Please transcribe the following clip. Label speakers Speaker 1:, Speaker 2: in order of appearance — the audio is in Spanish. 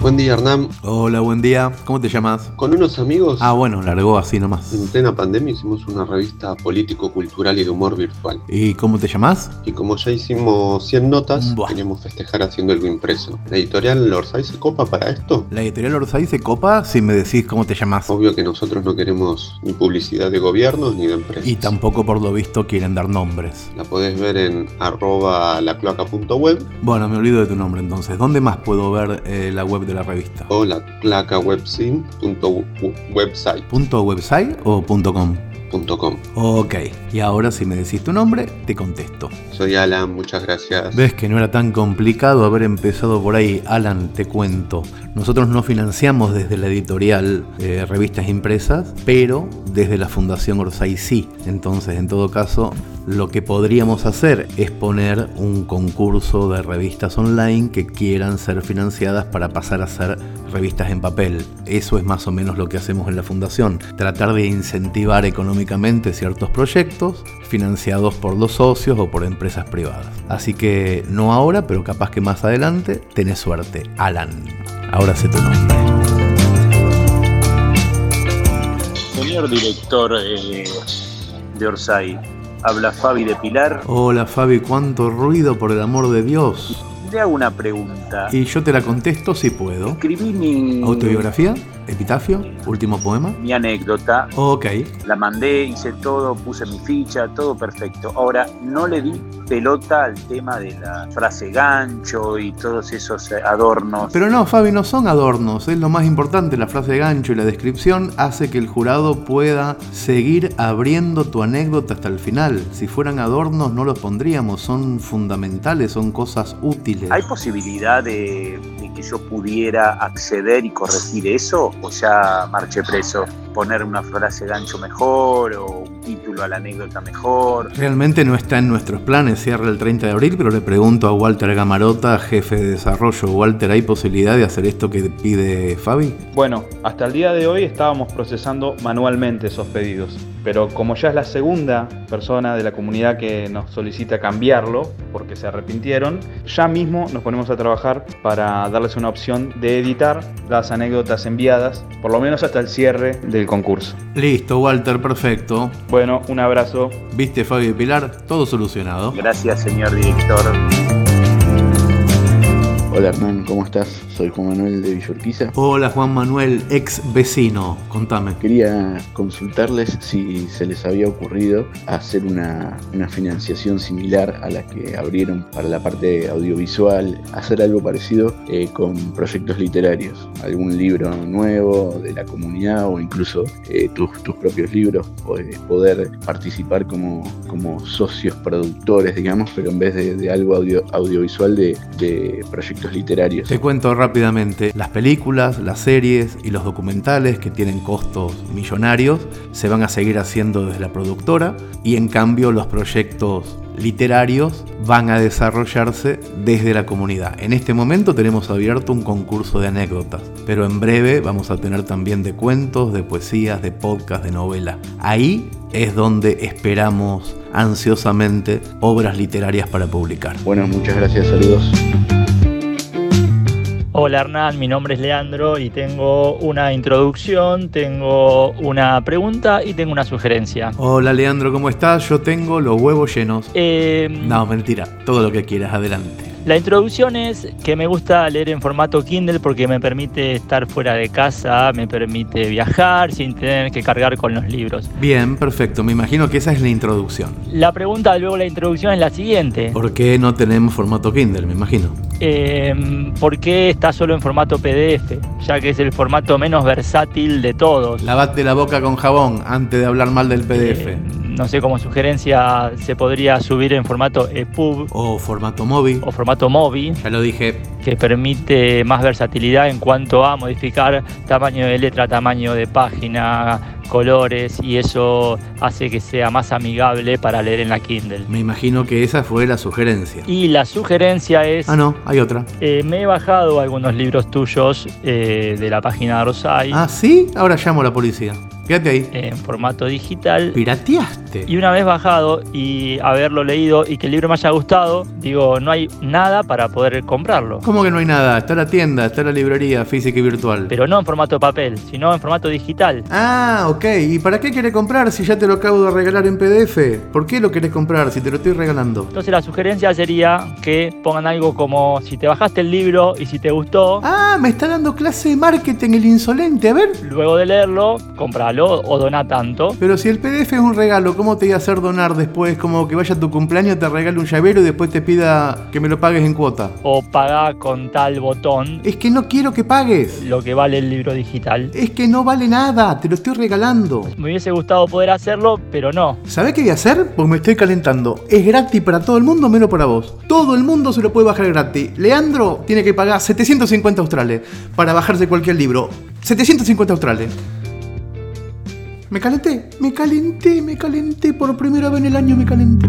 Speaker 1: Buen día, Hernán.
Speaker 2: Hola, buen día. ¿Cómo te llamas?
Speaker 1: Con unos amigos,
Speaker 2: Ah, bueno, largó así nomás.
Speaker 1: en plena pandemia, hicimos una revista político, cultural y de humor virtual.
Speaker 2: ¿Y cómo te llamas?
Speaker 1: Y como ya hicimos 100 notas,
Speaker 2: Buah.
Speaker 1: queríamos festejar haciendo algo impreso. ¿La editorial Lorsay se copa para esto?
Speaker 2: La editorial Orsay se copa si me decís cómo te llamas.
Speaker 1: Obvio que nosotros no queremos ni publicidad de gobiernos ni de empresas.
Speaker 2: Y tampoco por lo visto quieren dar nombres.
Speaker 1: La podés ver en arroba lacloaca.web
Speaker 2: Bueno, me olvido de tu nombre entonces. ¿Dónde más puedo ver eh, la web de la revista?
Speaker 1: o laclacawebsin.website.com.
Speaker 2: ¿Punto website o punto com? Ok, y ahora si me decís tu nombre, te contesto.
Speaker 1: Soy Alan, muchas gracias.
Speaker 2: Ves que no era tan complicado haber empezado por ahí, Alan, te cuento. Nosotros no financiamos desde la editorial eh, revistas impresas, pero desde la Fundación Orsay sí. Entonces, en todo caso, lo que podríamos hacer es poner un concurso de revistas online que quieran ser financiadas para pasar a ser revistas en papel. Eso es más o menos lo que hacemos en la Fundación. Tratar de incentivar económicamente ciertos proyectos financiados por los socios o por empresas privadas. Así que no ahora, pero capaz que más adelante tenés suerte. Alan, ahora sé tu nombre.
Speaker 3: Señor director eh, de Orsay, habla Fabi de Pilar.
Speaker 2: Hola Fabi, cuánto ruido por el amor de Dios.
Speaker 3: Le hago una pregunta.
Speaker 2: Y yo te la contesto si puedo.
Speaker 3: Escribí mi,
Speaker 2: Autobiografía, epitafio, último poema.
Speaker 3: mi anécdota,
Speaker 2: Ok,
Speaker 3: la mandé, hice todo, puse mi ficha, todo perfecto. Ahora, no le di pelota al tema de la frase gancho y todos esos eh, adornos.
Speaker 2: Pero no, Fabi, no son adornos, es lo más importante, la frase de gancho y la descripción hace que el jurado pueda seguir abriendo tu anécdota hasta el final. Si fueran adornos no los pondríamos, son fundamentales, son cosas útiles.
Speaker 3: ¿Hay posibilidad de, de que yo pudiera acceder y corregir eso? ¿O ya marché preso? ¿Poner una frase gancho mejor o un título a la anécdota mejor?
Speaker 2: Realmente no está en nuestros planes, cierra el 30 de abril, pero le pregunto a Walter Gamarota, jefe de desarrollo. Walter, ¿hay posibilidad de hacer esto que pide Fabi?
Speaker 4: Bueno, hasta el día de hoy estábamos procesando manualmente esos pedidos, pero como ya es la segunda persona de la comunidad que nos solicita cambiarlo porque se arrepintieron, ya mismo nos ponemos a trabajar para darles una opción de editar las anécdotas enviadas, por lo menos hasta el cierre del concurso.
Speaker 2: Listo, Walter, perfecto.
Speaker 4: Bueno, un abrazo.
Speaker 2: ¿Viste Fabi y Pilar? Todo solucionado.
Speaker 3: Gracias, señor director.
Speaker 5: Hola Hernán, ¿cómo estás? Soy Juan Manuel de Villurquiza.
Speaker 2: Hola Juan Manuel, ex vecino, contame.
Speaker 5: Quería consultarles si se les había ocurrido hacer una, una financiación similar a la que abrieron para la parte audiovisual, hacer algo parecido eh, con proyectos literarios, algún libro nuevo de la comunidad o incluso eh, tus, tus propios libros, o, eh, poder participar como, como socios productores, digamos, pero en vez de, de algo audio- audiovisual de, de proyectos literarios.
Speaker 2: Te cuento rápidamente, las películas, las series y los documentales que tienen costos millonarios se van a seguir haciendo desde la productora y en cambio los proyectos literarios van a desarrollarse desde la comunidad. En este momento tenemos abierto un concurso de anécdotas, pero en breve vamos a tener también de cuentos, de poesías, de podcast, de novela. Ahí es donde esperamos ansiosamente obras literarias para publicar.
Speaker 5: Bueno, muchas gracias, saludos.
Speaker 6: Hola Hernán, mi nombre es Leandro y tengo una introducción, tengo una pregunta y tengo una sugerencia.
Speaker 2: Hola Leandro, ¿cómo estás? Yo tengo los huevos llenos.
Speaker 6: Eh,
Speaker 2: No, mentira, todo lo que quieras, adelante.
Speaker 6: La introducción es que me gusta leer en formato Kindle porque me permite estar fuera de casa, me permite viajar sin tener que cargar con los libros.
Speaker 2: Bien, perfecto, me imagino que esa es la introducción.
Speaker 6: La pregunta luego de la introducción es la siguiente.
Speaker 2: ¿Por qué no tenemos formato Kindle, me imagino?
Speaker 6: Eh, ¿Por qué está solo en formato PDF? Ya que es el formato menos versátil de todos.
Speaker 2: Lavate la boca con jabón antes de hablar mal del
Speaker 6: Eh,
Speaker 2: PDF.
Speaker 6: no sé, como sugerencia se podría subir en formato EPUB
Speaker 2: O formato móvil.
Speaker 6: o formato MOBI,
Speaker 2: Ya lo dije.
Speaker 6: que permite más versatilidad en cuanto a modificar tamaño de letra, tamaño de página, colores, y eso hace que sea más amigable para leer en la Kindle.
Speaker 2: Me imagino que esa fue la sugerencia.
Speaker 6: Y la sugerencia es...
Speaker 2: Ah, no, hay otra.
Speaker 6: eh, me he bajado algunos libros tuyos eh, de la página de Rosai.
Speaker 2: Ah, sí, ahora llamo a la policía. Fíjate ahí.
Speaker 6: en formato digital.
Speaker 2: Pirateaste.
Speaker 6: Y una vez bajado y haberlo leído y que el libro me haya gustado, digo, no hay nada para poder comprarlo.
Speaker 2: ¿Cómo que no hay nada? Está la tienda, está la librería física y virtual.
Speaker 6: Pero no en formato papel, sino en formato digital.
Speaker 2: Ah, ok. ¿Y para qué querés comprar si ya te lo acabo de regalar en PDF? ¿Por qué lo querés comprar si te lo estoy regalando?
Speaker 6: Entonces la sugerencia sería que pongan algo como si te bajaste el libro y si te gustó,
Speaker 2: Ah, me está dando clase de marketing el insolente, a ver.
Speaker 6: luego de leerlo, compralo o doná tanto.
Speaker 2: Pero si el PDF es un regalo, ¿cómo te voy a hacer donar después? Como que vaya a tu cumpleaños, te regale un llavero y después te pida que me lo pagues en cuota.
Speaker 6: O pagá con tal botón
Speaker 2: Es que no quiero que pagues.
Speaker 6: lo que vale el libro digital.
Speaker 2: Es que no vale nada, te lo estoy regalando.
Speaker 6: Me hubiese gustado poder hacerlo, pero no.
Speaker 2: ¿Sabés qué voy a hacer? Porque me estoy calentando. Es gratis para todo el mundo, menos para vos. Todo el mundo se lo puede bajar gratis. Leandro tiene que pagar 750 australes para bajarse cualquier libro. 750 australes. Me calenté, me calenté, me calenté. Por primera vez en el año me calenté.